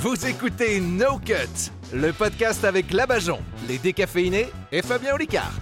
Vous écoutez No Cut, le podcast avec Labajon, les décaféinés et Fabien Olicard.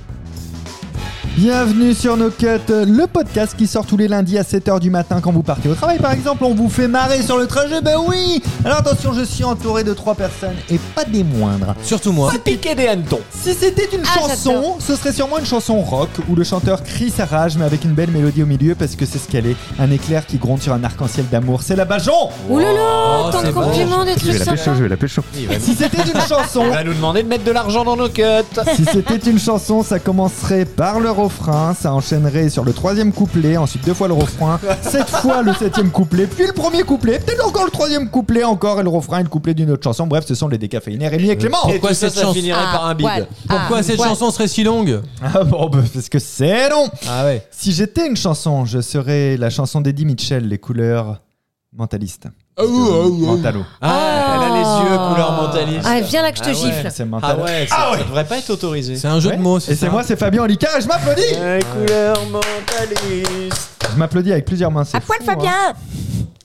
Bienvenue sur No Cut, le podcast qui sort tous les lundis à 7h du matin quand vous partez au travail par exemple, on vous fait marrer sur le trajet, ben oui Alors attention, je suis entouré de trois personnes et pas des moindres. Surtout moi. piquer des hannetons. Si c'était une Ah, chanson, j'adore. ce serait sûrement une chanson rock où le chanteur crie sa rage mais avec une belle mélodie au milieu parce que c'est ce qu'elle est, un éclair qui gronde sur un arc-en-ciel d'amour, c'est la Bajon Ouh là là, tant c'est de bon. compliments, des trucs sympas. vais la pécho. Si c'était une chanson, On va nous demander de mettre de l'argent dans nos cuts. Si c'était une chanson, ça commencerait par le refrain, ça enchaînerait sur le troisième couplet, ensuite deux fois le refrain, sept fois le septième couplet, puis le premier couplet, peut-être encore le troisième couplet, encore et le refrain et le couplet d'une autre chanson. Bref, ce sont les décaféinés Rémi et Clément. Et tout Pourquoi ça, cette ça chanson finirait Ah, par un bide. ouais. Pourquoi Ah, cette ouais. chanson serait si longue Ah bon, bah, parce que c'est long. Ah ouais. Si j'étais une chanson, je serais la chanson d'Eddie Mitchell, Les couleurs mentalistes. Mentalo. Ah. Elle a les yeux couleur mentaliste. Ah, viens là que je te Ah ouais. gifle. C'est Ah mentalo. ouais, ça, ça devrait pas être autorisé. Ah, C'est un jeu Ouais. de mots. Et c'est ça moi, c'est Fabien Olicard et je m'applaudis couleur mentaliste. Je m'applaudis avec plusieurs mains. c'est À poil, fou, hein. Fabien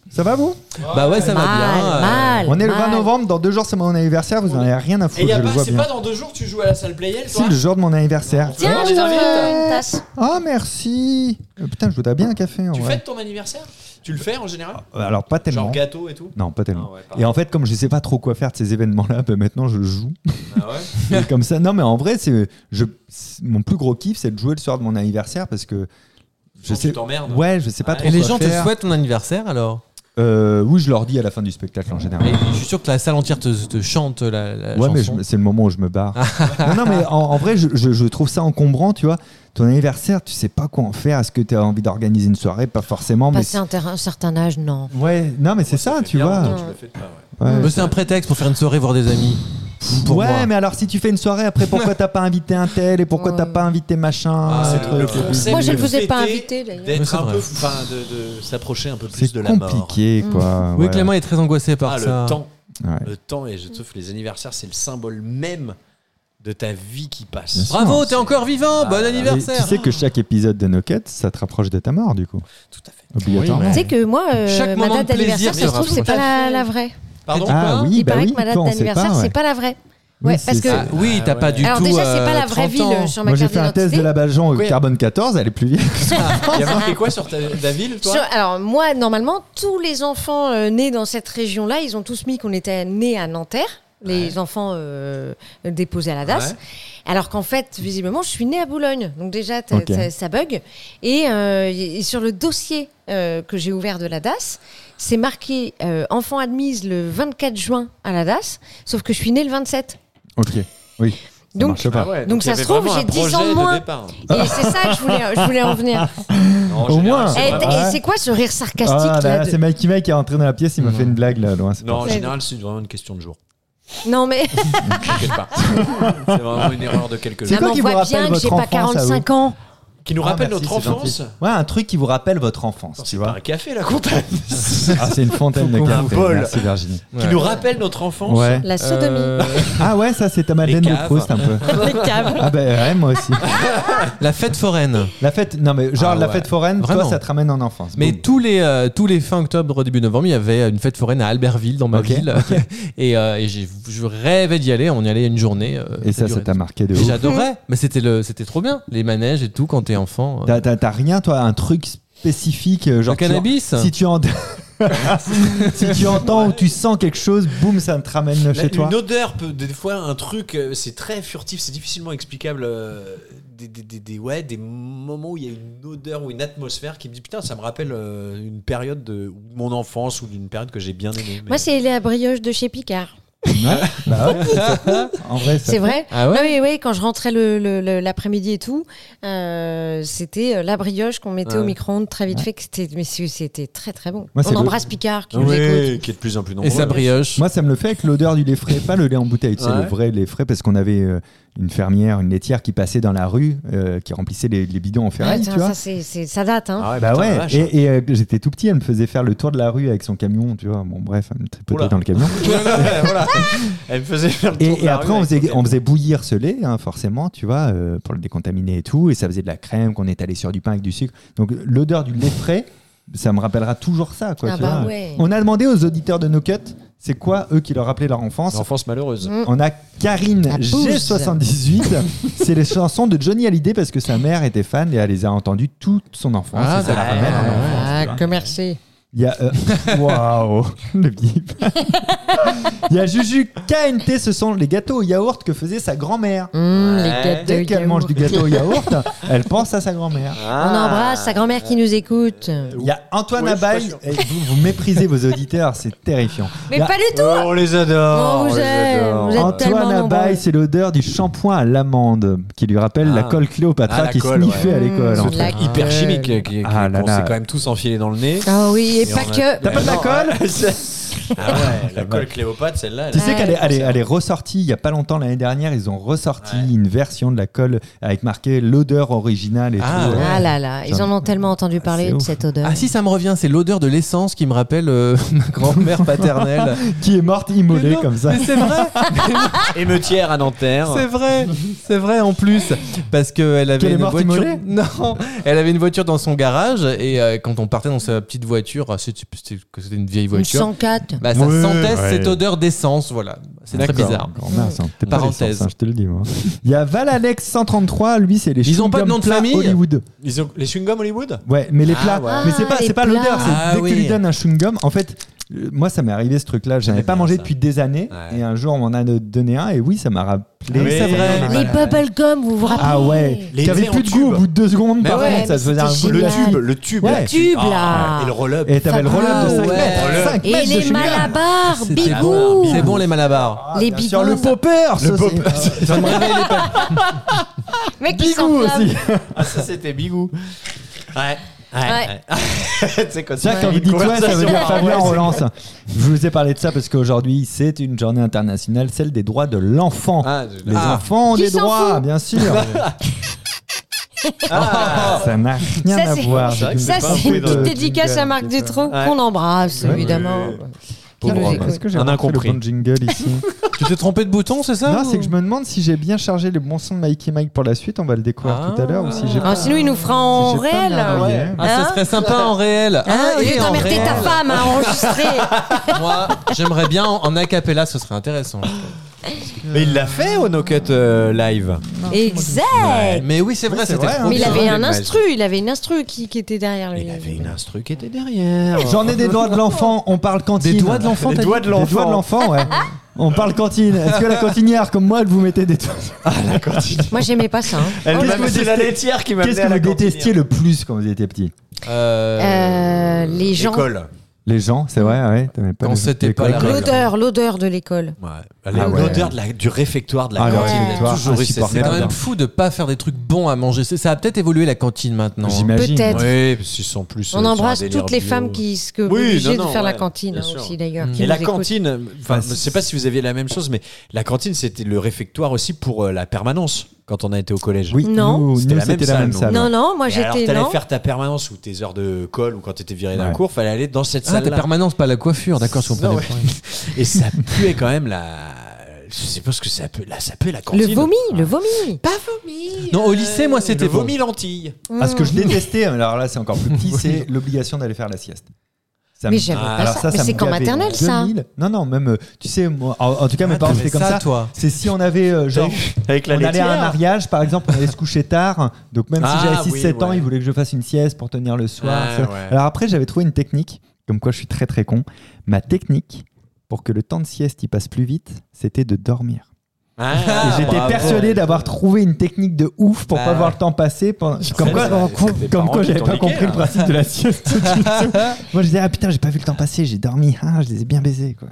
Ça va vous Bah ouais, ça va bien. Mal, euh, mal. On est le 20 mal. novembre, dans deux jours c'est mon anniversaire, vous n'en avez rien à Et foutre, y je a le pas, vois Eh c'est bien. pas dans deux jours que tu joues à la salle Playel, Si, toi le jour de mon anniversaire. Tiens, euh, On je les t'en veux invite. une tasse. Ah, merci Euh, Putain, je voudrais bien un café. en Tu vrai. fêtes ton anniversaire Tu le fais en général Euh, Alors, pas tellement. Genre gâteau et tout Non, pas tellement. Ah ouais, et en fait, comme je sais pas trop quoi faire de ces événements-là, bah, maintenant je joue. Ah ouais Et comme ça, non, mais en vrai, c'est je, c'est- mon plus gros kiff, c'est de jouer le soir de mon anniversaire parce que je Non, tu sais. t'emmerdes. Ouais, je sais pas Ouais. trop Et les quoi gens te faire. souhaitent ton anniversaire alors Euh, Oui, je leur dis à la fin du spectacle en général. Et Je suis sûr que la salle entière te, te chante la, la Ouais, chanson. mais je me- c'est le moment où je me barre. non, non, mais en, en vrai, je, je- je trouve ça encombrant, tu vois. Ton anniversaire, tu sais pas quoi en faire. Est-ce que tu as envie d'organiser une soirée Pas forcément, mais. Passer Bah, un, ter- un certain âge, non. c'est- Ouais, non, mais c'est ça, tu vois. Tu le fais pas, ouais. Ouais, Mais c'est un prétexte pour faire une soirée voir des amis. Pour Ouais, moi. mais alors si tu fais une soirée, après pourquoi t'as pas invité un tel et pourquoi Ouais. t'as pas invité machin Ah, ce c'est truc, le et tout. concept. Moi, je ne le vous ai pas fêter, invité, d'ailleurs. Mais D'être c'est un vrai. peu. Enfin, de, de s'approcher un peu plus C'est de la mort. compliqué, Mm. quoi. Oui, ouais. Clément est très angoissé par Ah, le ça. temps. Ouais. Le temps, et je trouve que les anniversaires, c'est le symbole même de ta vie qui Bien passe. sûr. Bravo, t'es encore vivant. Ah, bon mais Et anniversaire. Tu sais que chaque épisode de No Cut, ça te rapproche de ta mort, du coup. Tout à fait. Obligatoirement. Tu sais que moi, euh, Chaque ma moment date de plaisir d'anniversaire, ça se se trouve, c'est rapproche. pas la, la vraie. Pardon ah oui, Il bah paraît oui, que ma date toi, on sait d'anniversaire, pas, ouais. c'est pas la vraie. Oui, Ouais, c'est- parce que. c'est- Ah oui, t'as Ah pas ouais. du Alors, tout. déjà, c'est pas euh, la vraie 30 ville ans. euh, sur ma Moi, j'ai carte fait un test de d'identité. la Bajon au Oui. carbone 14, elle est plus vieille. Il y a marqué quoi sur ta, ta ville, toi Sur- alors moi, normalement, tous les enfants euh, nés dans cette région-là, ils ont tous mis qu'on était nés à Nanterre, les enfants euh, déposés à la DAS. Ouais. Alors qu'en fait, visiblement, je suis née à Boulogne. Donc déjà, t'as- Ok. t'as- ça bug. Et, euh, et sur le dossier euh, que j'ai ouvert de la DAS, c'est marqué euh, enfant admise le 24 juin à la DAS, sauf que je suis née le 27. Ok, oui. Ça Donc- marche pas. Ah ouais, donc il y ça avait se trouve, vraiment j'ai un 10 ans de projet moins. départ. Et c'est ça que je voulais, je voulais en venir. Non, en Au général, moins. c'est bah, Et, vraiment- et ouais. c'est quoi ce rire sarcastique Ah, là, là, là, de- c'est Mikey Mike qui est rentré dans la pièce, il m'a fait une blague là. loin, c'est Non, pas- en général, c'est vraiment une question de jour. Non mais. T'inquiète pas. c'est vraiment une erreur de quelques C'est Ah, mais jours. quoi on qui vous voit rappelle bien que votre j'ai pas enfance, à vous 45 ans. Qui nous rappelle Ah, merci, notre c'est enfance. gentil. Ouais, un truc qui vous rappelle votre enfance, tu C'est pas vois. un café, la compagne. Ah, c'est une fontaine de Faut qu'on café. vole. Merci Virginie. Qui nous rappelle notre enfance. Ouais. La sodomie. Euh, Ah ouais, ça c'est ta Madeleine Les de caves. Proust un peu. Ah bah ouais, moi aussi. La fête foraine. La fête, non mais genre Ah la ouais. fête foraine, toi Vraiment. ça te ramène en enfance. Mais Boum. tous les, euh, tous les fin octobre, début novembre, il y avait une fête foraine à Albertville, dans ma Ok, ville. et euh, et j'ai- je rêvais d'y aller. On y allait une journée. euh, et ça, ça durait. t'a marqué de Et ouf. J'adorais. Mais c'était le- c'était trop bien. Les manèges et tout, quand t'es enfant. euh. T'as- T'as t'as rien toi, un truc spécifique euh, genre le cannabis tu- Si tu en- si tu entends ou tu sens quelque chose, boum, ça te ramène La- chez toi. Une odeur, peut, des fois un truc, euh, c'est très furtif, c'est difficilement explicable. euh, des, des, des, des- ouais, des moments où il y a une odeur ou une atmosphère qui me dit putain, ça me rappelle euh, une période de ou de mon enfance ou d'une période que j'ai bien aimée. mais- Moi, c'est la brioche de chez Picard. Ouais, bah ouais. En vrai, ça C'est vrai Ah ouais Non, mais ouais, quand je rentrais le- le- le- l'après-midi et tout, euh, c'était euh, la brioche qu'on mettait Ouais. au micro-ondes très vite fait. que C'était, mais c'est- c'était très très bon. Moi, c'est On le- Ah embrasse Picard qui nous écoute. Ouais, qui est de plus en plus nombreux. Et sa brioche. Moi, ça me le fait avec l'odeur du lait frais, pas le lait en bouteille, c'est Ouais. le vrai lait frais, parce qu'on avait euh, une fermière, une laitière qui passait dans la rue, euh, qui remplissait les, les bidons en ferraille, Attends, tu vois. ça, c'est- c'est- ça date, hein. Ah ouais, bah putain, la ouais, vache. et, et, euh, j'étais tout petit, elle me faisait faire le tour de la rue avec son camion, tu vois. Bon, bref, elle me tripotait Oula. dans le camion. Voilà. Elle me faisait faire le tour de Et, et la après, rue on avec faisait, son on faisait bouillir ce lait, hein, forcément, tu vois, euh, pour le décontaminer et tout. Et ça faisait de la crème qu'on étalait sur du pain avec du sucre. Donc, l'odeur du lait frais, ça me rappellera toujours ça, quoi. Ah tu bah vois. ouais. On a demandé aux auditeurs de No Cut c'est quoi eux qui leur rappelaient leur enfance L'enfance malheureuse. Mm. On a Karine La G78. c'est les chansons de Johnny Hallyday parce que sa mère était fan et elle les a entendues toute son enfance. Ah, et ça bah, la ramène en ouais. enfance, tu Ah, vois. commercé. Il y a. euh, Waouh Le bip Il y a Juju KNT, ce sont les gâteaux au yaourt que faisait sa grand-mère. Hum, les Ouais. gâteaux Dès qu'elle yaourt. mange du gâteau au yaourt, elle pense à sa grand-mère. On embrasse sa grand-mère qui nous écoute. Il y a Antoine Ah, Ouais, je suis pas Abaye, sûr. et vous, vous méprisez vos auditeurs, c'est terrifiant. Il Mais y a pas du tout Oh, on les adore. On vous les aime, adore. vous êtes tellement Antoine Abaye, nombreux. c'est l'odeur du shampoing à l'amande qui lui rappelle Ah. la colle Cléopatra Ah, la qui colle, sniffait ouais. à l'école. Mmh, en c'est fait. de la- Ah, hyper chimique qui- qui- Ah là qu'on là. s'est quand même tous enfilé dans le nez. Ah oui, et Et pas on a- que. T'as pas de la colle Ah ouais, la vache. colle Cléopâtre, celle-là. elle Tu est- sais qu'elle est, elle est- elle est ressortie il y a pas longtemps l'année dernière. Ils ont ressorti Ouais. une version de la colle avec marqué l'odeur originale et Ah tout. hein, ouais. Ah là là, ils en ont tellement entendu parler C'est de ouf. cette odeur. Ah si, ça me revient, c'est l'odeur de l'essence qui me rappelle euh, ma grand-mère paternelle. Qui est morte immolée Mais non, comme ça. mais c'est vrai, Émeutière à Hein. Nanterre. c'est vrai, c'est vrai en plus parce que elle avait Qu'elle est une morte voiture. immolée Non, elle avait une voiture dans son garage et euh, quand on partait dans sa petite voiture, ah, c'était c'était- c'était une vieille Une voiture. 104. Bah, ça Ouais, sentait ouais. cette odeur d'essence, voilà. C'est très D'accord. Oh, bizarre. Grand-mère, ça, t'es pas Parenthèse. les sens, hein, je te le dis. moi. Il y a Valalex 133, lui c'est les Ils ont pas de chewing-gums nom de plats famille Hollywood. Ils ont- Les chewing-gums Hollywood Ouais, mais les Ah plats. ouais. Mais c'est pas, Ah, les c'est pas l'odeur, c'est plats. dès que Ah tu lui oui. donnes un chewing-gum. En fait, euh, moi ça m'est arrivé ce truc-là, j'en avais J'aimais pas bien mangé ça. depuis des années. Ouais. Et un jour on m'en a donné un et oui, ça m'a Ah rappelé. Oui, c'est vrai. Les bubblegum, vous vous rappelez Eh ben, Ah ouais, Les qui avait nez en plus de goût tube. au bout de deux secondes Mais par ouais, contre, ça mais te faisait un c'était goût de la génial. tube. le tube. Ouais. le Tube, Ah, là. Et le roll-up. Et t'avais le roll-up de Ah 5 ouais. mètres. 5 Et mètres de les chewing-gum. malabars, C'était bigou C'est bon les malabars. Les Bien sûr, bigous. le popper ça, c'est- Ça me réveille les papes. Mec, qui Bigou s'enflamme. aussi Ah, ça, c'était bigou. Ouais. Ouais. Ouais. C'est quoi C'est vrai que quand vous dites ouais, ça veut dire Fabien relance. Je vous ai parlé de ça parce qu'aujourd'hui, c'est une journée internationale, celle des droits de l'enfant. Les Ah. enfants ont Qui des s'en droits, fout bien sûr. ça n'a rien Ça, à c'est- voir. c'est vrai que Ça, pas un c'est une peu petite de dédicace à Marc Dutroux Ouais. qu'on embrasse, Ouais. Ah. évidemment. Qui nous Pauvre homme. écoute. Est-ce que j'ai Un rentré le incompris. bon jingle ici Tu t'es trompé de bouton, c'est ça Non, ou- c'est que je me demande si j'ai bien chargé le bon son de Mikey Mike pour la suite. On va le découvrir Ah. tout à l'heure ou si j'ai Alors, sinon, il nous fera en Si j'ai pas réel. bien hein. envoyé. Ah, ça Hein serait sympa en réel. Hein, Ah, Au et lieu en d'emmerder réel. ta femme hein, à enregistrer. Moi, j'aimerais bien en, en acapella, ce serait intéressant. Mais il l'a fait au No Cut euh, Live. exact. Mais oui, c'est vrai, Oui, c'est c'était. vrai, hein. Mais il Ouais. avait un Ouais. instru, il avait une instru qui, qui était derrière lui. Il avait une instru qui était derrière. Journée des droits de l'enfant, on parle cantine. doigts de l'enfant, Des t'as doigts dit de l'enfant. Des doigts de l'enfant, ouais. On parle cantine. Est-ce que la cantinière, comme moi, elle vous mettait des doigts Moi, j'aimais pas ça. hein. Elle Qu'est-ce m'a que amené vous la détestez- laitière qui m'a Qu'est-ce amené que à vous la cantinière. détestiez le plus quand vous étiez petit Euh, les gens. L'école. Les gens, c'est vrai, ouais. T'aimais pas Quand les- c'était les pas collègues. la- L'odeur, l'odeur de l'école. Ouais. Ah ouais. L'odeur de la- du réfectoire de la Ah, le cantine. Il réfectoire, a toujours eu cette C'est quand insupportable. odeur. même fou de pas faire des trucs bons à manger. C'est- Ça a peut-être évolué la cantine maintenant. hein. J'imagine. Peut-être. Oui, parce qu'ils sont plus. euh, On sur un embrasse délire toutes les bio. femmes qui sont Oui, obligées non, de non, faire la ouais, cantine bien hein, sûr. aussi d'ailleurs. Mm. qui Et la nous écoutent. cantine, enfin, Enfin, je sais pas si vous aviez la même chose, mais la cantine, c'était le réfectoire aussi pour euh, la permanence quand on a été au collège. Oui, Non. nous, nous, C'était la même c'était la salle, même non salle. Non, non, moi Et alors, j'étais. t'allais Non. faire ta permanence ou tes heures de colle ou quand t'étais viré d'un Ouais. cours, fallait aller dans cette Ah, ta salle-là. permanence, pas la coiffure, d'accord, je comprends. Non, ouais. Et ça puait quand même la. Je sais pas ce que ça pue. Là, ça pue la cantine. Ah. Le vomi, le vomi. Pas vomi. Non, au lycée, moi, c'était le bon. vomi lentille. Mmh. Ah, ce que je détestais, alors là, c'est encore plus petit, c'est l'obligation d'aller faire la sieste. Ça Mais me- j'aimais Ah, pas Alors ça. ça, Mais ça c'est me qu'en gavait. maternelle ça. 2000. Non, non, même, euh, tu sais, moi, en, en tout cas, mes Ah, parents t'avais c'était comme ça, ça. toi. C'est si on avait, euh, genre, Avec on allait à un mariage, par exemple, on allait se coucher tard. Donc même Ah, si j'avais 6-7 oui, ans, ouais. ils voulaient que je fasse une sieste pour tenir le soir. Ah, ça. ouais. Alors après, j'avais trouvé une technique, comme quoi je suis très très con. Ma technique, pour que le temps de sieste y passe plus vite, c'était de dormir. Ah, Et J'étais bravo. Ah. persuadé d'avoir trouvé une technique de ouf pour Bah, pas voir le temps passer. pendant- Comme quoi, c'est- c'est- c'est des comme parents quoi qui j'avais t'ont pas niqué, compris le hein. principe de la sieste. tout de suite. Moi, je disais, ah putain, j'ai pas vu le temps passer, j'ai dormi. Ah, je les ai bien baisés. Quoi.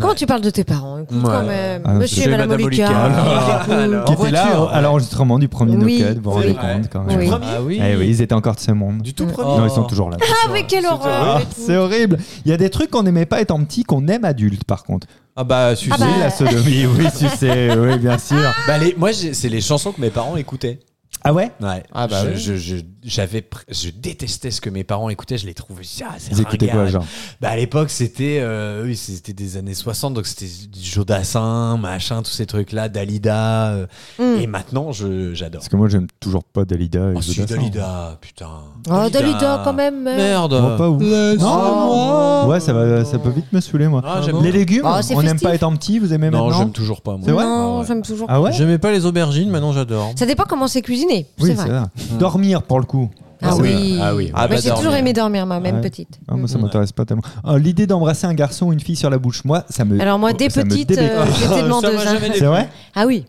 Comment tu parles de tes parents Écoute, Ouais. quand même. Ah, Monsieur et monsieur et Madame madame Olicard. Olicard. Écoute. Alors. Qui En était là hein. voiture, à l'enregistrement du premier Oui, No Code, vous vous rendez c'est vrai. compte quand Oui. même. Du premier Ah oui. Eh oui, ils étaient encore de ce monde. Ah, Du tout Mm. premier. Oh. Non, ils sont toujours là. Ah, mais quelle horreur Ah, c'est horrible. Il y a des trucs qu'on n'aimait pas étant petit qu'on aime adulte par contre. Ah bah, Suzy. Ah bah, Oui, la sodomie, oui, tu sais, oui, bien sûr. Oh. Bah, les- moi, j'ai- c'est les chansons que mes parents écoutaient. Ah ouais Ouais. Ah bah Je- ouais. je, je- j'avais, pr- je détestais ce que mes parents écoutaient. Je les trouvais. Ah, c'est Vous écoutez ringard. quoi, genre Bah à l'époque c'était euh, oui, c'était des années 60 donc c'était du Jodassin, machin, tous ces trucs là, Dalida euh, Hmm. et maintenant je j'adore. Parce que moi, j'aime toujours pas Dalida. Et Oh, si, Jodassin. Dalida, putain. Oh, Dalida, quand même. euh. Merde. Moi, pas ouf. Laisse-moi. Ouais, ça, va, ça peut vite me saouler, moi. Ah, j'aime les légumes, Ah, c'est on n'aime festif. pas étant petit, vous aimez Non, maintenant j'aime toujours pas moi. C'est vrai Non, Ah ouais. j'aime toujours. Ah ouais J'aimais pas les aubergines, maintenant j'adore. Ça dépend comment c'est cuisiné. Oui, c'est c'est vrai. vrai. Dormir, pour le coup. Ah, c'est oui. vrai. Ah oui. Ah Moi, bah, j'ai toujours dormir. aimé dormir, moi, même Ouais. petite. Ah, moi, ça Mm. m'intéresse pas tellement. Ah, L'idée d'embrasser un garçon ou une fille sur la bouche, Mmh. moi, ça me. Oh, Alors moi, dès ça me petite, débecte. euh, j'étais demandeuse. hein. C'est vrai Ah oui.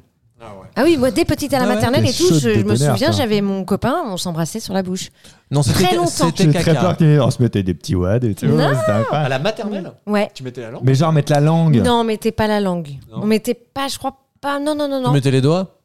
Ah oui, moi, dès petite à la Ah ouais, maternelle t'es et tout, chaude je, je me détonnaire, souviens, toi. j'avais mon copain, on s'embrassait sur la bouche. Non, Très c'était longtemps. c'était J'ai très caca. peur qu'on oh, se mettait des petits wads et tout. Non. c'est sympa. À la maternelle, hein. Ouais. tu mettais la langue Mais genre mettre la langue. Non, on mettait pas la langue. Non. On mettait pas, je crois pas. Non, non, non, Tu non. mettais les doigts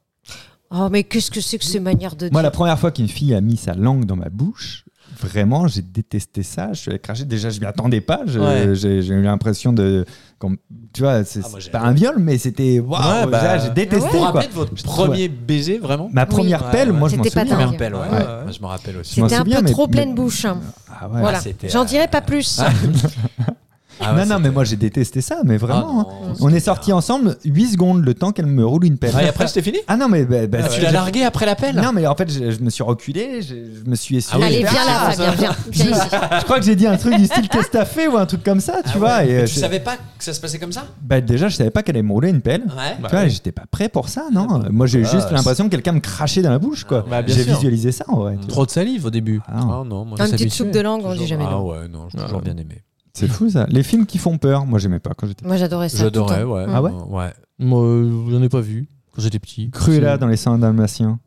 Oh, mais qu'est-ce que c'est que ces manières de dire Moi, la première fois qu'une fille a mis sa langue dans ma bouche, vraiment, j'ai détesté ça. Je suis allé cracher. Déjà, je m'y attendais pas. Je- Ouais. J'ai j'ai eu l'impression de. qu'on- tu vois, c'est Ah, moi, c'est j'ai pas adoré. un viol, mais c'était. Waouh, Ouais, bah. déjà, j'ai détesté. Vous vous quoi. rappelez de votre Je trouve- premier baiser vraiment Ma première Ouais, pelle, ouais. moi, je m'en C'était pas souviens. dingue. Première pelle, ouais. Ouais. Ouais, je me rappelle aussi. m'en C'était un souviens, peu mais- trop mais- pleine bouche. hein. Ah ouais. voilà. c'était, J'en euh, dirais pas plus. Ah ouais, non, non, c'était- mais moi j'ai détesté ça, mais Ah vraiment. hein. non, On c'était est sortis ensemble 8 secondes le temps qu'elle me roule une pelle. bien. Ah, et après c'était fini Ah non, mais bah, bah, Ah, si Tu l'as j'ai- largué après la pelle Non, mais en fait, je, je me suis reculé, je, je me suis essuyé. Allez, Ah, viens là, Fabien, viens. Viens ici. Je crois que j'ai dit un truc du style qu'est-ce que t'as fait ou un truc comme ça, tu Ah vois. ouais. Et, Mais euh, tu c'est- savais pas que ça se passait comme ça bah, déjà, je savais pas qu'elle allait me rouler une pelle. Ouais. Bah Tu vois, j'étais pas prêt pour ça, non. Moi, j'ai eu Ah, juste c'est- l'impression que quelqu'un me crachait dans la bouche, quoi. Ah, bah, bien j'ai sûr. visualisé ça, en vrai. tu vois. Trop de salive au début. Ah, Ah non, moi Une s'habitue. petite soupe de langue, on dit jamais Ah non. ouais, non, j'ai toujours bien aimé. c'est fou ça. Les films qui font peur, moi, j'aimais pas quand j'étais. Moi, j'adorais ça. tout le J'adorais, temps. ouais. Ah ouais Ouais. Moi, euh, j'en ai pas vu quand j'étais petit. Cruella dans les seins dalmatiens.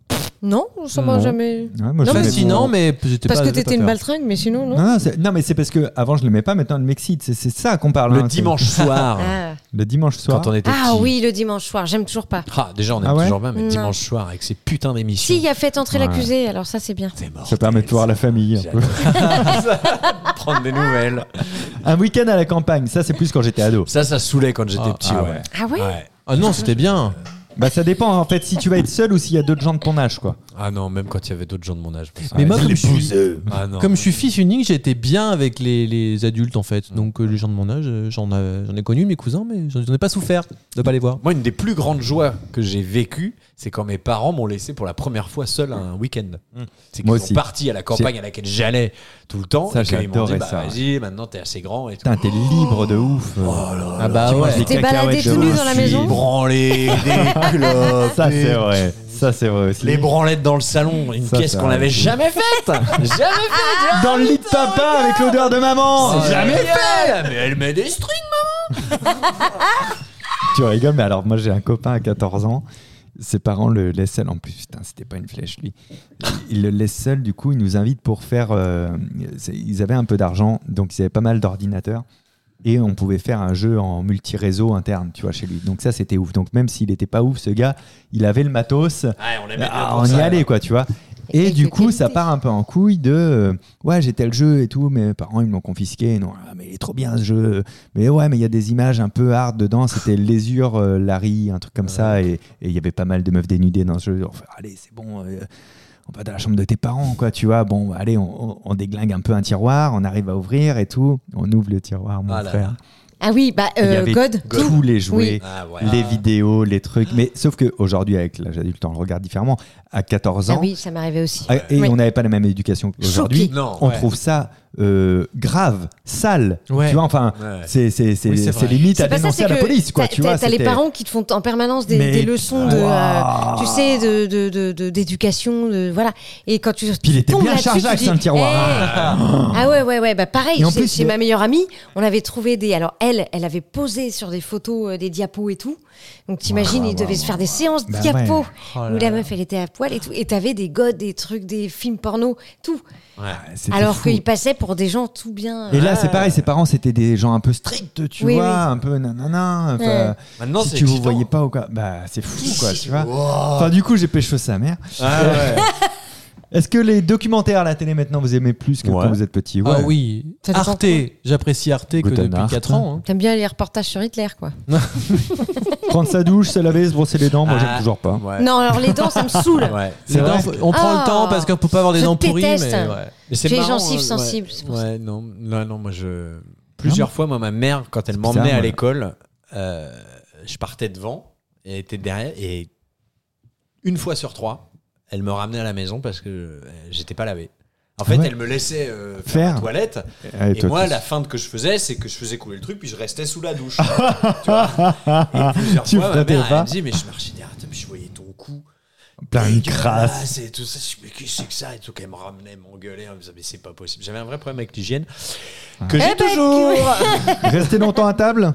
Non, ça m'a Non. jamais. Ouais, moi, Non, j'aimais mais- Fascinant, mais p- j'étais Parce pas. que j'avais pas t'étais une peur. baltringue, mais sinon, non. Non, non, c'est- non, mais c'est parce que avant je l'aimais pas, maintenant elle m'excite. C'est c'est ça qu'on parle. Le hein, c'est- dimanche soir, Ah. Le dimanche soir. quand on était Ah petits. oui, le dimanche soir, j'aime toujours pas. Ah, déjà, on aime Ah ouais toujours bien, mais Non. dimanche soir, avec ces putains d'émissions. Si, il y a fait entrer Ouais. l'accusé, alors ça c'est bien. C'est mort. Ça permet de voir la famille. un peu. Prendre des nouvelles. Un week-end à la campagne, ça c'est plus quand j'étais ado. Ça, ça saoulait quand j'étais Ah, petit, ah ouais. Ah ouais, Ouais. Ah non, c'était bien. Bah ça dépend en fait si tu vas être seul ou s'il y a d'autres gens de ton âge quoi. Ah non, même quand il y avait d'autres gens de mon âge. Mais moi, comme je, suis, Ah non. comme je suis fils unique, j'étais bien avec les, les adultes en fait. Donc euh, les gens de mon âge, euh, j'en ai- j'en ai connu mes cousins, mais j'en j'en ai pas souffert de pas les voir. Moi, une des plus grandes joies que j'ai vécues, c'est quand mes parents m'ont laissé pour la première fois seul un week-end. C'est qu'ils Moi sont aussi. partis à la campagne à laquelle j'allais tout le temps. Ça, et qu'ils m'ont j'adorais dit, bah, ça, ouais. Vas-y, maintenant t'es assez grand et tout. Putain t'es libre de ouf. Ah bah Oh Tu manges ouais. des T'es cacahuètes baladé de tout nu ouf. dans la Je suis maison branlé, des clopes, Ça des- c'est vrai. Ça c'est vrai aussi. Les branlettes dans le salon, une Ça, pièce ça qu'on arrive. n'avait jamais faite Jamais faite dans le lit de papa avec l'odeur de maman. C'est Jamais. fait Mais elle met des strings Tu rigoles mais alors moi j'ai un copain à 14 ans. Ses parents le laissent seul. En plus, putain, c'était pas une flèche, lui. Il le laisse seul, du coup, il nous invite pour faire. euh, c'est- ils avaient un peu d'argent, donc ils avaient pas mal d'ordinateurs. Et on pouvait faire un jeu en multi-réseau interne, tu vois, chez lui. Donc ça, c'était ouf. Donc même s'il était pas ouf, ce gars, il avait le matos. Ouais, on aimait bien Ah, pour on y ça. allait, quoi, tu vois. Et Quelques du coup, ça qualités. part un peu en couille de euh, ouais, j'ai tel jeu et tout, mes parents ils me l'ont confisqué. Non, ah, mais il est trop bien ce jeu. Mais ouais, mais il y a des images un peu hard dedans. C'était Lésure, euh, Larry, un truc comme ça. Et et il y avait pas mal de meufs dénudées dans ce jeu. Enfin, allez, c'est bon. euh, on va dans la chambre de tes parents, quoi, tu vois. Bon, allez, on, on- on déglingue un peu un tiroir, on arrive à ouvrir et tout. On ouvre le tiroir, mon Ah là là. frère. Ah oui, bah Il y euh, avait God, tous les jouets Oui. Ah ouais. les vidéos, les trucs. Mais sauf qu'aujourd'hui, avec l'âge adulte, on le regarde différemment. À 14 Ah ans, oui, ça m'arrivait aussi. ah, et Oui. on n'avait pas la même éducation qu'aujourd'hui, Choqué. Non, on ouais. trouve ça euh, grave, sale. Ouais. Tu vois, enfin, Ouais. c'est c'est- c'est- Oui, c'est c'est vrai. limite à pas ça, dénoncer à c'est la que police, quoi. t'as- Tu t'as- vois, t'as les c'était- parents qui te font en permanence des, Mais- des leçons de, Waouh. euh, tu sais, de, de, de, de- d'éducation, de, voilà. Et quand tu Puis il était tombes bien là-dessus, chargé tu avec dis, son tiroir. Hey. Ah ouais, ouais, ouais, bah pareil. Et en chez, plus, chez le- ma meilleure amie, on avait trouvé des. Alors elle, elle avait posé sur des photos, euh, des diapos et tout. Donc t'imagines, Waouh, ils devaient waouh, se faire des séances Ah Bah diapos ouais. où Oh là la meuf, elle était à poil et tout. Et t'avais des godes, des trucs, des films porno, tout. C'était Alors fou. qu'ils passaient pour des gens tout bien. euh, Et là, c'est pareil, ses parents, c'était des gens un peu stricts, tu Oui, vois, oui. un peu nanana. enfin, Ouais. Maintenant, si c'est tu vous excitant. voyais pas ou quoi, bah c'est fou, quoi, tu vois. Wow. Enfin, du coup, j'ai pécho sa mère. Ah ouais. Est-ce que les documentaires à la télé maintenant vous aimez plus que Ouais. quand vous êtes petit Ah oui, Ça dépend Arte, j'apprécie Arte que Guten depuis Art. 4 ans. hein. T'aimes bien les reportages sur Hitler, quoi. Prendre sa douche, se laver, se brosser les dents, moi j'aime Ah. toujours pas. Ouais. Non, alors les dents, ça me saoule. Ouais. C'est Les vrai dents, on prend Ah, le temps parce qu'on peut pas avoir des je dents pourries. Mais déteste. ouais. Mais c'est J'ai les marrant, gencives euh, sensibles, ouais. c'est pour Ouais, non, non, non, moi je. Plusieurs fois, moi, ma mère, quand elle bizarre, m'emmenait à moi. l'école, euh, je partais devant et elle était derrière. Et une fois sur trois, elle me ramenait à la maison parce que euh, j'étais pas lavé. En fait, Ah ouais. elle me laissait euh, faire, Faire. la toilette. Allez, Et, Eh, toi, moi, tu- la feinte que je faisais, c'est que je faisais couler le truc, puis je restais sous la douche. tu vois et plusieurs Tu fois, ma frottais mère, elle pas me dit Mais je marchais derrière, toi, mais je voyais ton cou. plein de crasse. Dégueulasse et tout ça. Je me dis, mais qu'est-ce que c'est que ça Et tout, qu'elle me ramenait, m'engueulait. Elle me disait, mais c'est pas possible. J'avais un vrai problème avec l'hygiène. Ah. Que Eh j'ai ben, toujours. Rester longtemps à table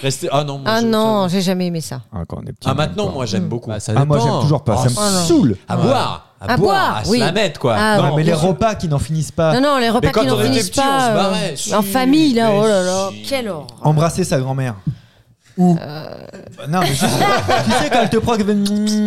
Resté... Ah non, moi, Ah je- non, j'ai jamais aimé ça. Ah, quand on est petit, Ah on maintenant, aime moi, pas. j'aime beaucoup. Bah, ça Ah, moi dépend. j'aime toujours pas, ça Ah, me non. saoule. À boire. À, À boire. À boire, oui. se la mettre, quoi. Ah, Ouais, non, mais les bien sûr. repas qui n'en finissent pas. Non, non, les repas Ah. Mais quand qui n'en on était finissent petits, on pas. se euh, barrait. Si, en famille, là, mais oh là là. si. Quelle horreur. Embrasser sa grand-mère. Ou. Bah, Non, mais juste- tu sais, quand elle te prend, qu'elle fait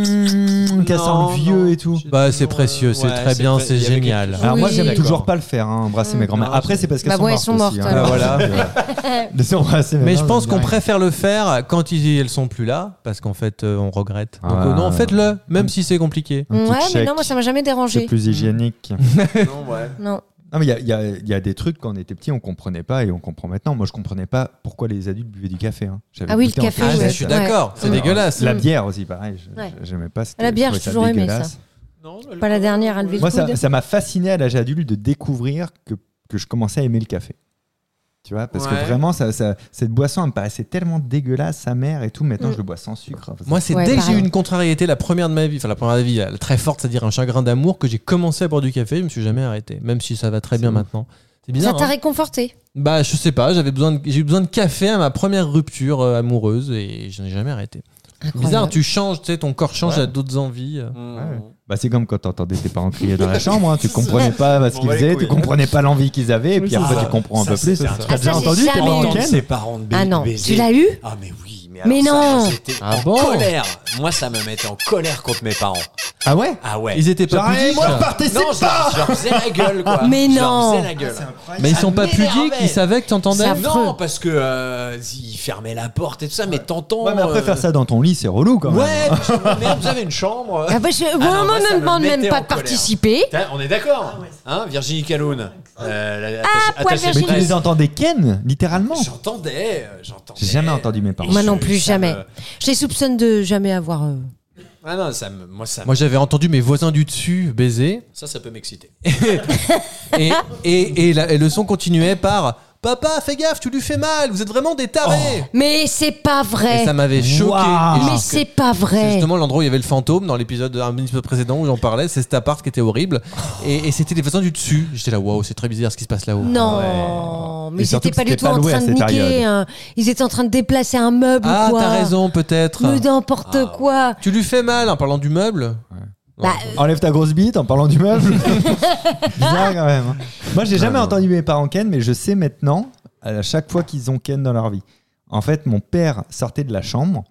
mm, qu'elle sent Non, le vieux non. et tout. Bah, c'est précieux, c'est Ouais, très c'est bien, pré- c'est il y avait quelque génial. Alors, moi, Oui. j'aime D'accord. Mm. toujours pas le faire, hein, embrasser mes grands-mères. Non, Après, c'est parce qu'elles Bah, sont ouais, elles mortes. sont mortes, aussi, hein. alors. Bah, voilà. Les embrasser mes Mais je grands-mères, pense ça me qu'on dit rien. préfère le faire quand ils, elles sont plus là, parce qu'en fait, euh, on regrette. Donc, Ah. euh, non, faites-le, même si c'est compliqué. Un petit Ouais, mais check. non, moi, ça m'a jamais C'est dérangé. Mm. plus hygiénique. Non, ouais. Non. Non, mais il y a, il y a- il y a des trucs quand on était petit, on comprenait pas et on comprend maintenant. Moi, je comprenais pas pourquoi les adultes buvaient du café. hein. J'avais Ah oui, goûté le en café, Ah, ouais. classe. je suis d'accord, c'est Mm. dégueulasse. La Mm. bière aussi, pareil. je- Ouais. J'aimais pas. c'était- La bière, je j'ai trouvais ça toujours aimé ça. dégueulasse. Non, Pas la dernière, elle levait Moi, le ça coude. ça m'a fasciné à l'âge adulte de découvrir que, que je commençais à aimer le café. Tu vois, parce que Ouais. vraiment, ça, ça- cette boisson, elle me paraissait tellement dégueulasse, sa mère et tout. Maintenant, Mm. je le bois sans sucre. hein, Enfin, Moi, c'est Ouais, dès que j'ai pareil. eu une contrariété, la première de ma vie, enfin la première de ma vie, la très forte, c'est-à-dire un chagrin d'amour, que j'ai commencé à boire du café, je me suis jamais arrêté, même si ça va très bien ouf. maintenant. C'est Ça bizarre. t'a hein réconforté. bah, je sais pas, j'avais besoin de- j'ai eu besoin de café à ma première rupture euh, amoureuse et je n'ai jamais arrêté. Bizarre, tu changes, tu sais, ton corps change Ouais. à d'autres envies. euh. Ouais. Bah, c'est comme quand t'entendais tes parents crier dans la chambre, hein, tu comprenais pas bah, ce On qu'ils va les faisaient, tu couilles. comprenais pas l'envie qu'ils avaient, et puis c'est après ça. tu comprends un Ça, peu c'est plus. un truc. T'as Ah, déjà ça, j'ai entendu tes jamais parents eu. ken Ses parents de ba- Ah non, baiser. tu l'as eu Ah mais oui, mais, Mais alors ça, non. j'étais Ah en bon colère. Moi, ça me mettait en colère contre mes parents. Ah ouais Ah ouais. Ils étaient Genre, pas eh, pudiques. moi, partez, non, c'est je leur, je leur faisais la gueule, quoi. Mais Je leur non. faisais la gueule. Mais ils Ça sont pas pudiques, m'énervait. ils savaient que t'entendais. Ça- Non, parce que euh, ils fermaient la porte et tout ça, mais t'entends. Ouais, mais après euh, faire ça dans ton lit, c'est relou quand même. Ouais, parce que, merde, vous avez une chambre. Ah bah, je- non, moi, moi, on ça me me demande même mettait pas en de colère. participer. Putain, On est d'accord, hein, Virginie Caloun. euh, la- la- Ah, attachée- poil Mais attachée Virginie. tu presse. les entendais ken, littéralement. J'entendais, euh, j'entendais. J'ai jamais entendu mes parents. Et Moi je- non plus, ça me- jamais. Je les soupçonne de jamais avoir. euh, Ah non, ça me, moi ça, me- Moi, j'avais entendu mes voisins du dessus baiser. ça, ça peut m'exciter. et, et, et la- et le son continuait par Papa, fais gaffe, tu lui fais mal, vous êtes vraiment des tarés Mais c'est pas Et vrai. ça m'avait choqué. Waouh. Et Oh. Mais jusque- c'est pas c'est vrai. justement l'endroit où il y avait le fantôme dans l'épisode un épisode précédent où j'en parlais, c'est cet appart qui était horrible et, et c'était les voisins du dessus. J'étais là waouh, c'est très bizarre ce qui se passe là-haut. Non, mais Et ils surtout que étaient pas du c'était tout pas en loué à train de cette niquer. période. hein. Ils étaient en train de déplacer un meuble Ah, ou quoi. t'as raison peut-être. Mais n'importe Ah. quoi. Tu lui fais mal en parlant du meuble. Bah, Enlève ta grosse bite en parlant du meuble. Bizarre quand même. hein. Moi, j'ai jamais entendu mes parents ken, mais je sais maintenant, à chaque fois qu'ils ont ken dans leur vie. En fait, mon père sortait de la chambre,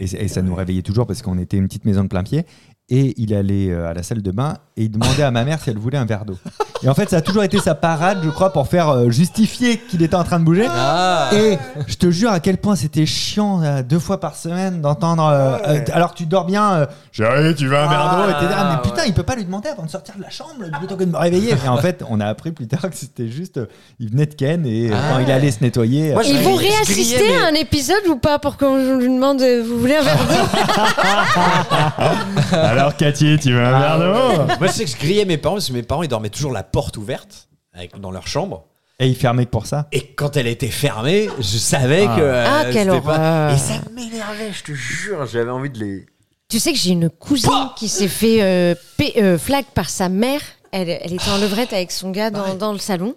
et, et ça nous réveillait toujours parce qu'on était une petite maison de plein pied, et il allait euh, à la salle de bain et il demandait à ma mère si elle voulait un verre d'eau. Et en fait, ça a toujours été sa parade, je crois, pour faire euh, justifier qu'il était en train de bouger. Ah. Et je te jure à quel point c'était chiant euh, deux fois par semaine d'entendre. euh, euh, t- alors que tu dors bien. euh, Chérie, tu veux un verre d'eau, etc. Ah, Mais putain, ouais. il peut pas lui demander avant de sortir de la chambre plutôt que de me réveiller. Et en fait, on a appris plus tard que c'était juste. euh, il venait de Ken et euh, Ah. quand il allait se nettoyer. Moi, euh, je- ils vont grillais, réassister mais- à un épisode ou pas pour qu'on je lui demande euh, vous voulez un verre d'eau alors Cathy, tu veux un verre d'eau Moi, c'est que je grillais mes parents parce que mes parents ils dormaient toujours la porte ouverte avec, dans leur chambre. Et il fermait que pour ça. Et quand elle était fermée, je savais Ah. que. euh, Ah, quelle c'était pas- horreur. Et ça m'énervait, je te jure, j'avais envie de les. Tu sais que j'ai une cousine qui s'est fait euh, pé- euh, flag par sa mère. Elle, elle était en levrette avec son gars dans, dans le salon.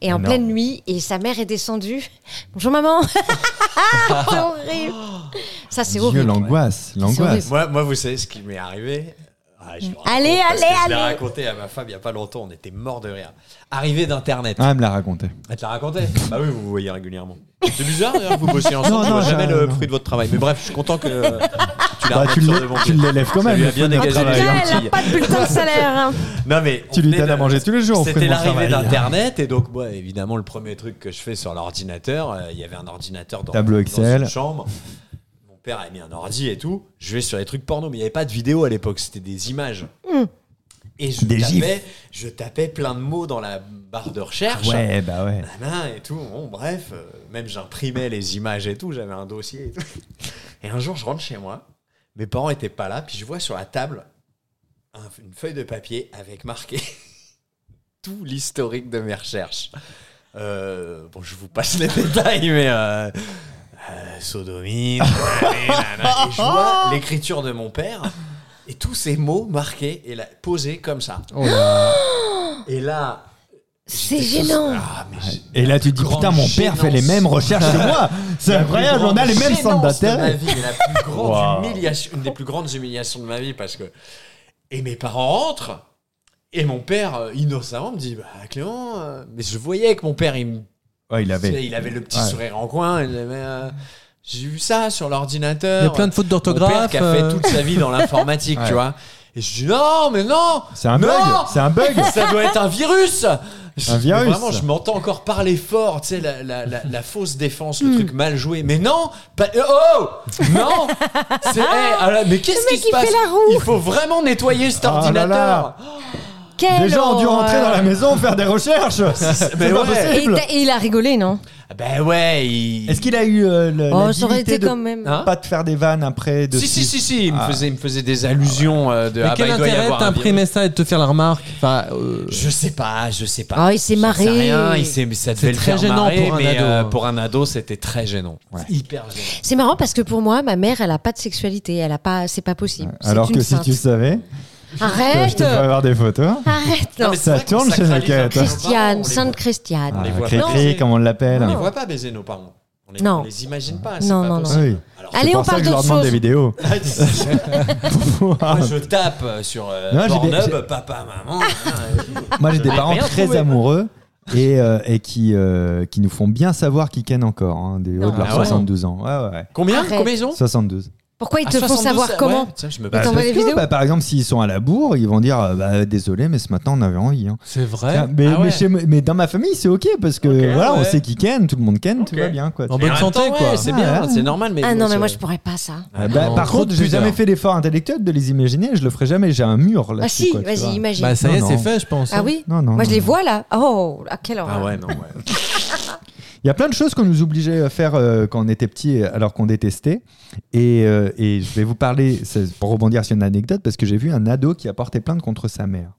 Et en Énorme. pleine nuit, et sa mère est descendue. Bonjour maman. c'est horrible. Ça c'est Dieu, horrible. l'angoisse, l'angoisse. horrible. Moi, moi, vous savez ce qui m'est arrivé Ah, je le raconte Allez, parce que allez, Je l'ai allez. raconté à ma femme il y a pas longtemps, on était mort de rire. Arrivé d'internet. Ah, elle me l'a raconté. Elle te l'a raconté Bah oui, vous vous voyez régulièrement. C'est bizarre d'ailleurs, vous bossez ensemble, Non, je non, vois jamais non, le non. fruit de votre travail. Mais bref, je suis content que tu la Bah, remontes tu sur l'é- le bon tu pied. l'élèves quand Ça même. lui a bien Faut dégagé bien les Putain, travailler. gens. elle a pas de bulletin de salaire. hein. Non, mais Tu on lui venait donnes à de- manger tous les jours. C'était Frédéric l'arrivée Travail. d'Internet et donc moi, évidemment, le premier truc que je fais sur l'ordinateur, euh, il y avait un ordinateur dans, Tableau dans Excel. une chambre. Mon père a mis un ordi et tout. Je vais sur les trucs porno, mais il n'y avait pas de vidéo à l'époque, c'était des images. Et je Des tapais, je tapais plein de mots dans la barre de recherche. Ouais, bah ouais. Nana et tout. Bon, bref, euh, même j'imprimais les images et tout, j'avais un dossier et tout. Et un jour, je rentre chez moi, mes parents étaient pas là, puis je vois sur la table un- une feuille de papier avec marqué tout l'historique de mes recherches. Euh, bon, je vous passe les détails, mais euh, euh, sodomie, nanana, et je vois l'écriture de mon père et tous ces mots marqués et là, posés comme ça. Et là, C'est j'étais tous- gênant. Ah, mais j'ai- Et là, tu te dis, grande putain, mon père fait les gênance. mêmes recherches que moi. C'est La plus incroyable, on a grande les mêmes centres gênance de ma d'intérêt. vie, mais la plus grande Wow. humiliation- une des plus grandes humiliations de ma vie parce que. Et mes parents rentrent et mon père, euh, innocemment, me dit Bah, Clément, euh, mais je voyais que mon père, il, me- Ouais, il tu sais, avait. il avait le petit Ouais. sourire en coin. il avait, euh, J'ai vu ça sur l'ordinateur. Il y a plein de fautes Mon père d'orthographe. qui a fait euh, toute sa vie dans l'informatique, Ouais. tu vois. Et je dis Non, mais non C'est un Non bug. C'est un bug. ça doit être un virus Un virus. Vraiment, je m'entends encore parler fort, tu sais, la, la, la, la fausse défense, Hmm. le truc mal joué. Mais non pas- Oh Non C'est- hey, alors, Mais qu'est-ce Ah. Le qui mec, se il passe fait la roue. Il faut vraiment nettoyer cet Ah là là. ordinateur Quelle Des gens ont dû horreur. rentrer dans la maison faire des recherches. C'est mais pas ouais. Et il possible. t'a- et il a rigolé, non Ah Ben ouais, il... Est-ce qu'il a eu euh, le- Oh, la ça aurait dignité été de quand même. Hein pas de faire des vannes après de si, si, ce- si, si, il me, Ah. faisait, il me faisait des allusions euh, de Mais ah bah, quel il doit y intérêt avoir un d'imprimer virus. ça et de te faire la remarque Enfin, euh, Je sais pas, je sais pas. Ah, il s'est J'en sais marré. rien, il s'est- ça devait le très faire gênant marrer, pour un mais, ado. euh, pour un ado, c'était très gênant. Hyper gênant. C'est marrant parce que pour moi, ma mère, elle a pas de sexualité. Elle a pas. C'est pas possible. C'est Alors une que si sainte. tu savais, euh, je Arrête te ferais voir des photos. Arrête Non, non. mais c'est Ça vrai qu'on tourne chez hein. sacralise Nakata. un peu nos parents, on Christiane, les Sainte voit- Christiane. On les Ah, voit pas. Cri-cri, comme on l'appelle. On les Non. voit pas baiser nos parents. On les, Non. on les imagine pas. Non, non, non. Oui. Alors, C'est Allez, on pour ça parle que je leur d'autre demande des chose. vidéos. Moi, je tape sur euh, Non, j'ai des- Pornhub, j'ai- papa, maman. hein, et- Moi, j'ai des Je parents l'ai rien très trouvé. amoureux et, euh, et qui, euh, qui nous font bien savoir qu'ils kennent encore, hein, des hauts de Non. Oh. leurs Ah ouais 72 ans. Ouais, ouais, ouais. Combien Arrête. Combien ils ont 72. Pourquoi ils Ah, te font 72, savoir ouais. comment Tiens, je me Bah, bats. t'envoies parce les que, vidéos bah, par exemple, s'ils sont à la bourre, ils vont dire euh, bah, désolé, mais ce matin on avait envie. hein. c'est vrai. Tiens, mais, Ah ouais. mais, chez- mais dans ma famille, c'est ok parce que Ok, voilà, on ouais. sait qui ken, tout le monde ken, tout Ok. bah, va bien. Quoi. En bonne Mais en santé, même temps, quoi. ouais, c'est Ah, bien, ouais. c'est normal. Mais Ah bon, non, mais c'est- moi je pourrais pas ça. Ah bah, Non, par trop contre, de j'ai pudeur. jamais fait l'effort intellectuel de les imaginer, je le ferai jamais. J'ai un mur là. Ah si, vas-y, imagine. Bah, ça y est, Non, c'est non. fait, je pense. ah oui Non, non, Moi je les non. vois là. Oh, à quelle Ah horreur. ouais, non, ouais. Il y a plein de choses qu'on nous obligeait à faire euh, quand on était petit euh, alors qu'on détestait. Et, euh, et je vais vous parler, c'est pour rebondir sur une anecdote, parce que j'ai vu un ado qui a porté plainte contre sa mère.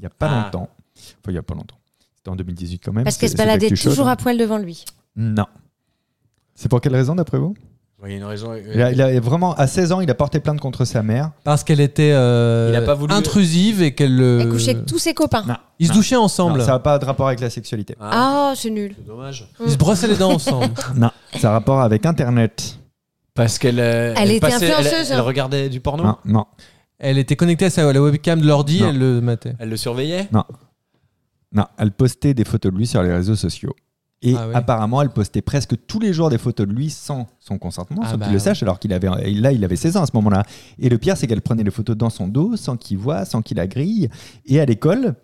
Il n'y a pas Ah. longtemps. Enfin, il n'y a pas longtemps. C'était en 2018 quand même. Parce C'est- qu'elle se c'est hein. baladait l'actu chaude. toujours à poil devant lui. Non. C'est pour quelle raison d'après vous Il y a une raison. euh, il a, il a vraiment, à 16 ans, il a porté plainte contre sa mère. Parce qu'elle était euh, Il a pas voulu- intrusive et qu'elle. euh, Elle couchait avec tous ses copains. Non. Ils se douchaient Non, ensemble. ça n'a pas de rapport avec la sexualité. Ah, Ah, c'est nul. c'est dommage. Mmh. Ils se brossaient les dents ensemble. Non, ça a rapport avec Internet. Parce qu'elle. euh, Elle était passait- elle- influenceuse. hein. Elle regardait du porno. Non, non. Elle était connectée à, sa, à la webcam de l'ordi, Non. elle le matait. Elle le surveillait. Non, elle postait des photos de lui sur les réseaux sociaux. Et Ah oui. apparemment, elle postait presque tous les jours des photos de lui sans son consentement, Ah sans bah qu'il le ouais. sache, alors qu'il avait, là, il avait 16 ans à ce moment-là. Et le pire, c'est qu'elle prenait les photos dans son dos, sans qu'il voit, sans qu'il la grille. Et à l'école,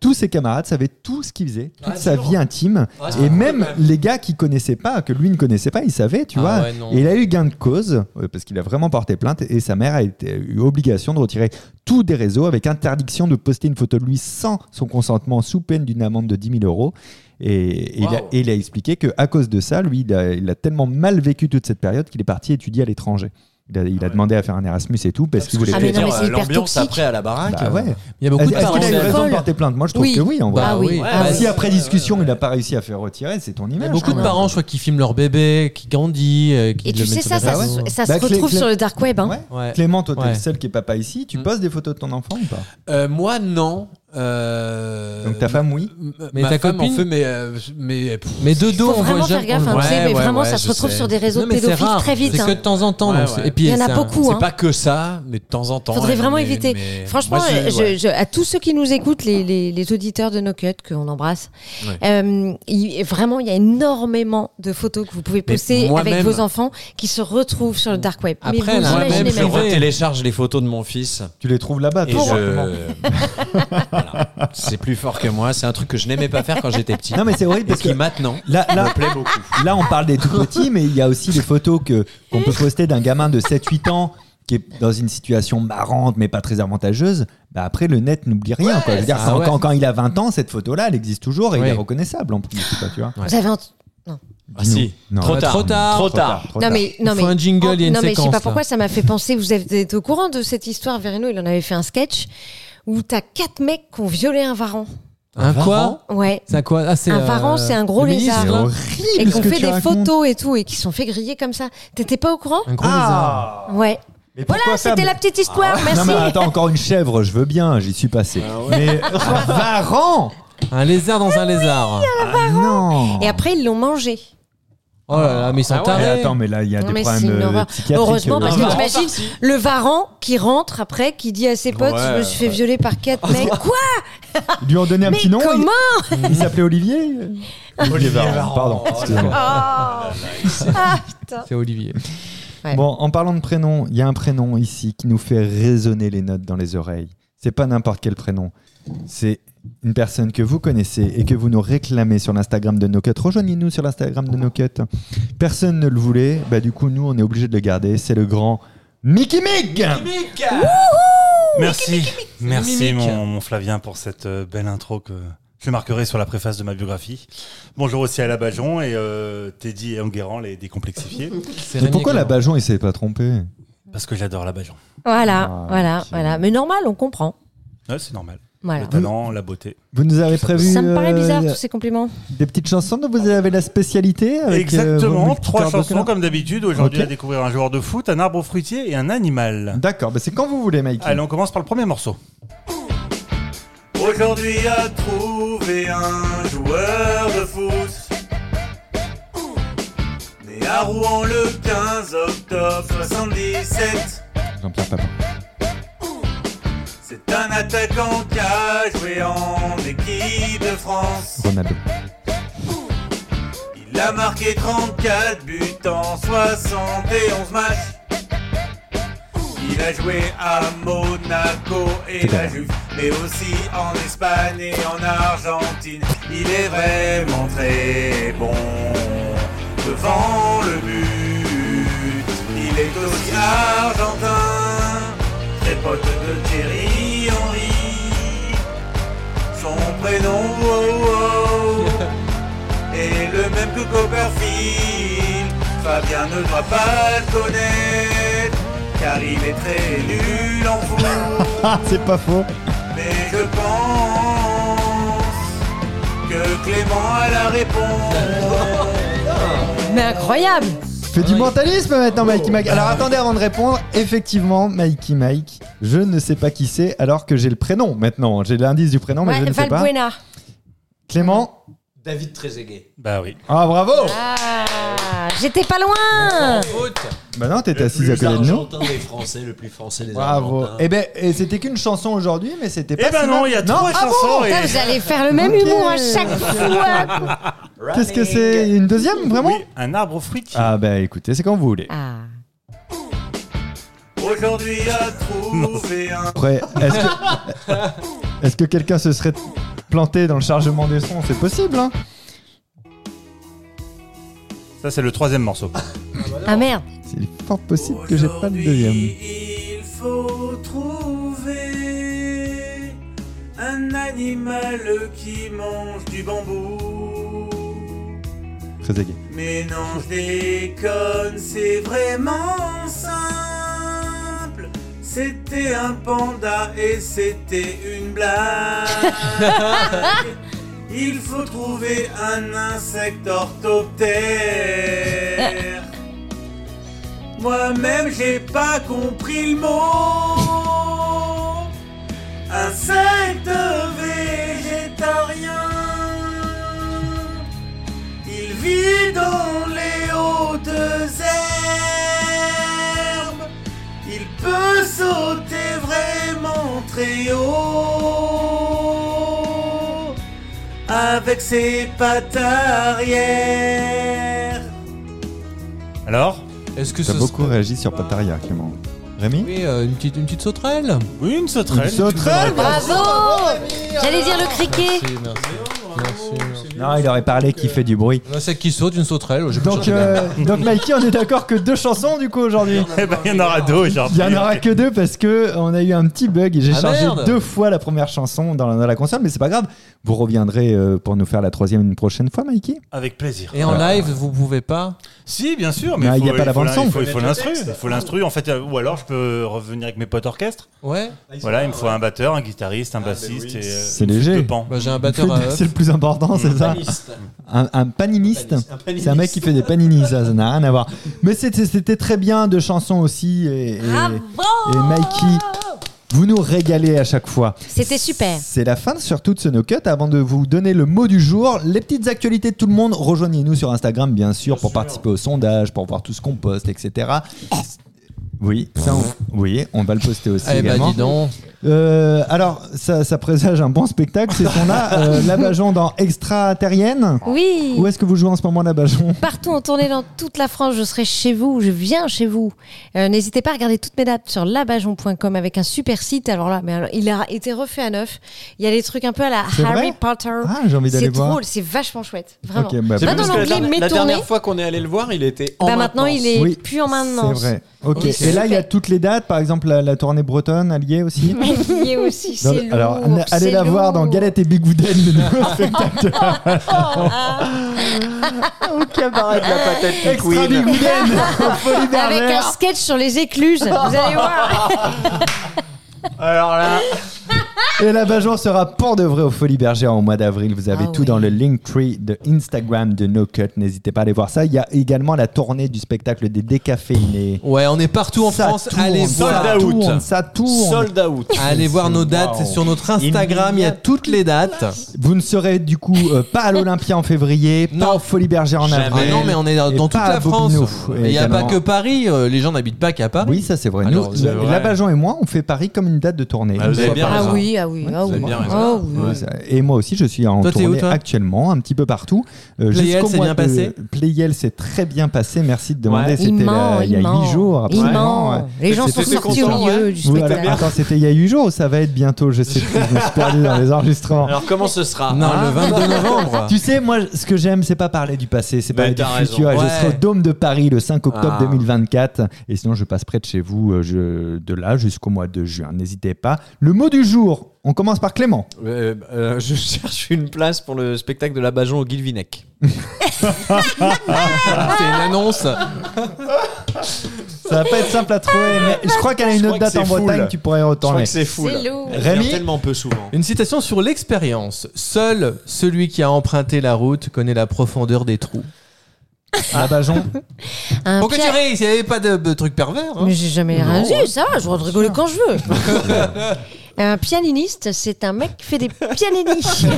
tous ses camarades savaient tout ce qu'il faisait, toute Ah, sa sûr. vie intime. Ah, c'est et cool, même quand les gars qui connaissaient pas, que lui ne connaissait pas, ils savaient, tu Ah vois. ouais, non. et il a eu gain de cause, euh, parce qu'il a vraiment porté plainte, et sa mère a, été, a eu obligation de retirer tous des réseaux avec interdiction de poster une photo de lui sans son consentement, sous peine d'une amende de 10 000 euros. Et, et il, a, Wow. et il a expliqué qu'à cause de ça, lui, il a, il a tellement mal vécu toute cette période qu'il est parti étudier à l'étranger. Il a, il a Ouais. demandé à faire un Erasmus et tout, parce qu'il voulait Ah, pas mais être- non, mais c'est euh, hyper L'ambiance toxique. après à la baraque. Bah ouais. Il y a beaucoup Est-ce de parents. qu'il a eu d'élèves. raison de Folle. porter plainte Moi, je trouve Oui. que oui, en vrai. Bah oui. Ah si oui. après discussion, Ouais, ouais, il n'a ouais. pas réussi à faire retirer, c'est ton Il y a image. beaucoup de hein. parents, je crois, qui filment leur bébé, qui grandit. euh, qui Et tu le sais mettent sur ça, des ça, réseaux. réseaux. se- ça Bah, se Clé- retrouve Clé- sur le dark web. hein. Ouais. Ouais. Clément, toi, t'es Ouais. le seul qui est papa ici. Tu Mm. poses des photos de ton enfant ou pas Euh, moi, non. Euh, Donc ta femme, oui. Mais Mais ma ta femme copine- en fait, mais. euh, mais pff, Mais de dos, Faut on voit vraiment jamais- faire gaffe, on- hein, Ouais, tu sais, mais ouais, vraiment, ouais, ça je se retrouve sais. sur des réseaux Non, mais c'est pédophiles rare. très vite. C'est hein. que de temps en temps. Ouais, donc c'est- ouais. Et puis, Il y en a c'est un- beaucoup. c'est hein. pas que ça, mais de temps en temps. Faudrait euh, vraiment mais- éviter. mais- Franchement, euh, Moi, je- je- ouais. je- à tous ceux qui nous écoutent, les, les- les auditeurs de No Cut, qu'on embrasse, Ouais. euh, il- vraiment, il y a énormément de photos que vous pouvez Mais poster moi-même- avec vos enfents qui se retrouvent sur le dark web. Mais Après, vous là, imaginez moi-même, Moi-même, même je privé. retélécharge les photos de mon fils. Tu les trouves là-bas, Et toi, je- certainement. Voilà. C'est plus fort que moi. C'est un truc que je n'aimais pas faire quand j'étais petit. Non, mais c'est horrible et parce qui que maintenant là, là, me plaît beaucoup. là, on parle des tout petits, mais il y a aussi des photos que qu'on peut poster d'un gamin de 7-8 ans qui est dans une situation marrante mais pas très avantageuse. Bah après, le net n'oublie rien. quoi. Je veux dire, ça, ah c'est- ouais. quand, quand il a 20 ans, cette photo-là, elle existe toujours et Oui. il est reconnaissable en plus. Tu vois, tu vois. Vous avez ent- Ah, si. Non. Trop Ah, tard. trop tard. Trop tard. trop Non tard. mais, non Il faut mais- un jingle, il y a une non, mais je sais séquence, pas là. pourquoi ça m'a fait penser. Vous êtes au courant de cette histoire, Verino Il en avait fait un sketch où t'as quatre mecs qui ont violé un varan. Un varan quoi Ouais. C'est un quoi Ah, c'est, Un euh, varan, c'est un gros le ministre, lézard. C'est là. horrible Et ce qu'on que fait tu des racontes. photos et tout, et qui se sont fait griller comme ça. T'étais pas au courant Un gros lézard. Ah Ouais. Mais pourquoi Voilà, ça, c'était mais- Ah. la petite histoire, Non, merci. mais attends, encore une chèvre, je veux bien, j'y suis passé. Ah Mais un varan Un lézard dans un lézard. Ah Non Et après, ils l'ont mangé. Ah, Oh là là, mais ils sont Mais tarés. Ah Eh, attends, mais là, il y a Non, des mais c'est problèmes une euh, horreur. psychiatriques. Heureusement, euh, parce Un que varan t'imagines farci. le varan qui rentre après, qui dit à ses potes Ouais, Je me suis fait violer par quatre mecs. Quoi Ils lui ont donné Ah, un Mais petit nom. il- comment Il, s'appelait Olivier euh, Olivier Oh, Varan, pardon. excusez-moi. Ah putain. C'est Olivier. Ouais. Bon, en parlant de prénom, il y a un prénom ici qui nous fait résonner les notes dans les oreilles. C'est pas n'importe quel prénom. C'est une personne que vous connaissez et que vous nous réclamez sur l'Instagram de No Cut. Rejoignez-nous sur l'Instagram de No Cut. Personne ne le voulait, bah du coup nous on est obligé de le garder. C'est le grand Mickey Mig. Merci, merci Mimique. mon, mon Flavien pour cette euh, belle intro que je marquerai sur la préface de ma biographie. Bonjour aussi à La Bajon et euh, Teddy et Enguerrand, les décomplexifiés, C'est Mais Rémi pourquoi la Clément. Bajon il s'est pas trompé parce que j'adore La Bajon. Voilà, Ah, voilà, ok. voilà. Mais normal, on comprend. Ouais, c'est normal. Voilà. Le talent, la beauté. Vous nous avez prévu Ça me paraît euh, bizarre tous ces compliments. des petites chansons dont vous avez la spécialité avec, euh, vos Exactement, trois multicordes chansons comme d'habitude. Aujourd'hui, Ok. à découvrir un joueur de foot, un arbre fruitier et un animal. D'accord, bah c'est quand vous voulez, Mike. Allez, on commence par le premier morceau. Aujourd'hui, à trouver un joueur de foot. Né à Rouen le 15 octobre 77. Jean-Pierre Papin. C'est un attaquant qui a joué en équipe de France. Ronaldo. Il a marqué 34 buts en 71 matchs. Il a joué à Monaco et C'est la pas Juve, mais aussi en Espagne et en Argentine. Il est vraiment très bon devant le but. Il est aussi argentin, très pote de Thierry Henry. Son prénom oh, oh, et le même que Copperfield. Fabien ne doit pas le connaître, car il est très nul en foot. Ah, c'est pas faux. Mais je pense que Clément a la réponse. Mais incroyable Fais Ah du mentalisme maintenant, Oh. Mikey Mike. Alors attendez avant de répondre. Effectivement, Mikey Mike, je ne sais pas qui c'est alors que j'ai le prénom maintenant. J'ai l'indice du prénom, mais je Ouais, ne sais pas. Valbuena. Clément. David Trezeguet. Bah oui. Ah, bravo Ah, j'étais pas loin Faute. Bah non, t'étais assis à Plus côté de nous. argentin des Français, le plus français des Bravo. Argentins. Eh ben, et c'était qu'une chanson aujourd'hui, mais c'était pas. Eh ben si non, mal. il y a trois Ah chansons bon et- Putain, Vous allez faire le même Ok. humour à chaque fois quoi. Qu'est-ce que c'est Une deuxième, vraiment Oui, un arbre fruitier. Ah, bah écoutez, c'est quand vous voulez. Ah. Aujourd'hui a trouvé un. Après, est-ce que, est-ce que quelqu'un se serait planté dans le chargement des sons C'est possible, hein Ça, c'est le troisième morceau. Ah merde C'est fort possible que j'ai pas le deuxième. Il faut trouver un animal qui mange du bambou. Très aiguë. Mais non, je déconne, c'est vraiment simple. C'était un panda et c'était une blague. Il faut trouver un insecte orthoptère. Moi-même, j'ai pas compris le mot. Insecte très haut avec ses pattes arrière. Alors Est-ce que T'as ce beaucoup serait- réagi sur Pataria, Clément. Rémi Oui, euh, une, petite, une petite sauterelle Oui, une sauterelle. Une sauterelle Bravo J'allais dire le criquet. Merci, merci. Merci, merci. Non, il aurait parlé qui fait du bruit. Un insecte qui saute, une sauterelle. j'ai pas Donc, changé d'air. euh, donc Mikey, on est d'accord que deux chansons du coup aujourd'hui. Eh ben, il y en aura deux Il aujourd'hui. y en aura que deux parce que on a eu un petit bug et j'ai Ah, chargé merde. deux fois la première chanson dans la, dans la console, mais c'est pas grave. Vous reviendrez euh, pour nous faire la troisième une prochaine fois, Mikey. Avec plaisir. Et en live, vous pouvez pas Si, bien sûr, mais Mais faut- il y a pas la faut bande son. Il faut- il Faut mettre faut le l'instru. texte. Il faut l'instru. En fait, euh, ou alors je peux revenir avec mes potes orchestre. Ouais. Bah, Voilà, il me faut un batteur, un guitariste, un bassiste oui. et euh, C'est une flûte léger. de pan. Bah, j'ai un batteur à œuf. C'est le plus important, c'est ça. Un, un paniniste. C'est un mec qui fait des paninis, ça ça n'a rien à voir. Mais c'était c'était très bien, deux chansons aussi. Et, et- et Mikey, vous nous régalez à chaque fois. C'était super. C'est la fin surtout de ce No Cut. Avant de vous donner le mot du jour, les petites actualités de tout le monde, rejoignez-nous sur Instagram, bien sûr, pour participer au sondage, pour voir tout ce qu'on poste, etc. Oui, ça, on, oui, on va le poster aussi Eh bah, également. dis donc. Euh, alors, ça, ça présage un bon spectacle, ces sons-là. Euh, Labajon dans Extraterrienne. Oui. Où est-ce que vous jouez en ce moment, Labajon Partout en tournée dans toute la France, je serai chez vous, je viens chez vous. Euh, N'hésitez pas à regarder toutes mes dates sur labajon.com avec un super site. Alors là, mais alors, il a été refait à neuf. Il y a des trucs un peu à la C'est Harry vrai Potter. Ah, j'ai envie c'est d'aller voir. drôle, c'est vachement chouette. Vraiment. Ok, bah, Eh, Va bah, dans l'onglet, mets la tourner. dernière fois qu'on est allé le voir, il était en Bah maintenant, il est Oui, plus en maintenance. C'est vrai. Ok. Ok. Et là, il y a toutes les dates, par exemple la, la tournée bretonne, alliée aussi. Il y est aussi. Dans- c'est alors, lourd, allez c'est la voir dans lourd. Galette et Bigoudaine, le nouveau spectacle Ah, de la patate Extra Bigoudaine, en folie bah, Avec un bergère. sketch sur les écluses. Vous allez Ah, voir. Alors là, Et la Bajon sera pour de vrai au Folie Bergère au mois d'avril. Vous avez Ah tout oui. dans le link tree de Instagram de No Cut. N'hésitez pas à aller voir ça. Il y a également la tournée du spectacle des décaféinés. Ouais, on est partout en Ça France. tourne, Allez ça voir. Sold out. tourne, ça hein tourne. sold out. Allez voir nos dates Wow. sur notre Instagram, il y a toutes les dates. Vous ne serez du coup euh, pas à l'Olympia en février, Non. pas au Folie Bergère en Jamais. avril. Ah non, mais on est dans Et dans toute pas à la France. Bobino. Et il n'y a Également. pas que Paris, euh, les gens n'habitent pas qu'à Paris. Oui, ça c'est vrai. Alors, Nous, c'est la- vrai. Labajon et moi, on fait Paris comme une date de tournée. Ah, vous avez bien Ah raison. oui, ah oui, ah vous oui. avez bien raison. Ah oui. Oui, ça- Et moi aussi, je suis en Toi, t'es où, tournée toi actuellement, un petit peu partout. Euh, Playel, jusqu'au c'est mois bien de- passé Playel, c'est très bien passé. Merci de demander. Ouais. C'était Il ment, la- il y a il ment. huit jours. Il apparemment, ment. ouais. Les gens sont C'était sortis au content, milieu ouais. du Ouais, spectacle. attends, c'était il y a huit jours ou ça va être bientôt Je sais plus, je me suis perdu dans les enregistrements. Alors comment ce sera Non, Ah. hein le 22 novembre. Tu sais, moi, ce que j'aime, c'est pas parler du passé, c'est Mais parler du t'as raison. futur. Et Je Ouais. serai au Dôme de Paris le 5 octobre Ah. 2024. Et sinon, je passe près de chez vous euh, je- de là jusqu'au mois de juin. N'hésitez pas. Le mot du jour, on commence par Clément. Euh, euh, Je cherche une place pour le spectacle de la Bajon au Guilvinec. C'est une annonce. Ça va pas être simple à trouver, mais je crois qu'elle a une Je autre crois date que en c'est fou, Bretagne, là. tu pourrais Je crois retourner. que c'est fou. C'est là. lourd. Elle Rémi vient tellement peu souvent. Une citation sur l'expérience. Seul celui qui a emprunté la route connaît la profondeur des trous. Ah bah Jean, Un Pourquoi tu Pierre- ris Il n'y avait pas de, de truc pervers. hein. Mais j'ai jamais rien dit, ça va, je vais rigoler quand je veux. Un pianiniste, c'est un mec qui fait des pianinis.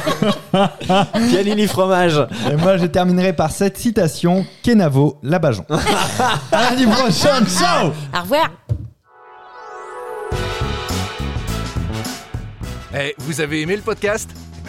Pianini fromage. et moi je terminerai par cette citation, Kenavo Labajon. à lundi prochain, ciao Au revoir. Eh, vous avez aimé le podcast Eh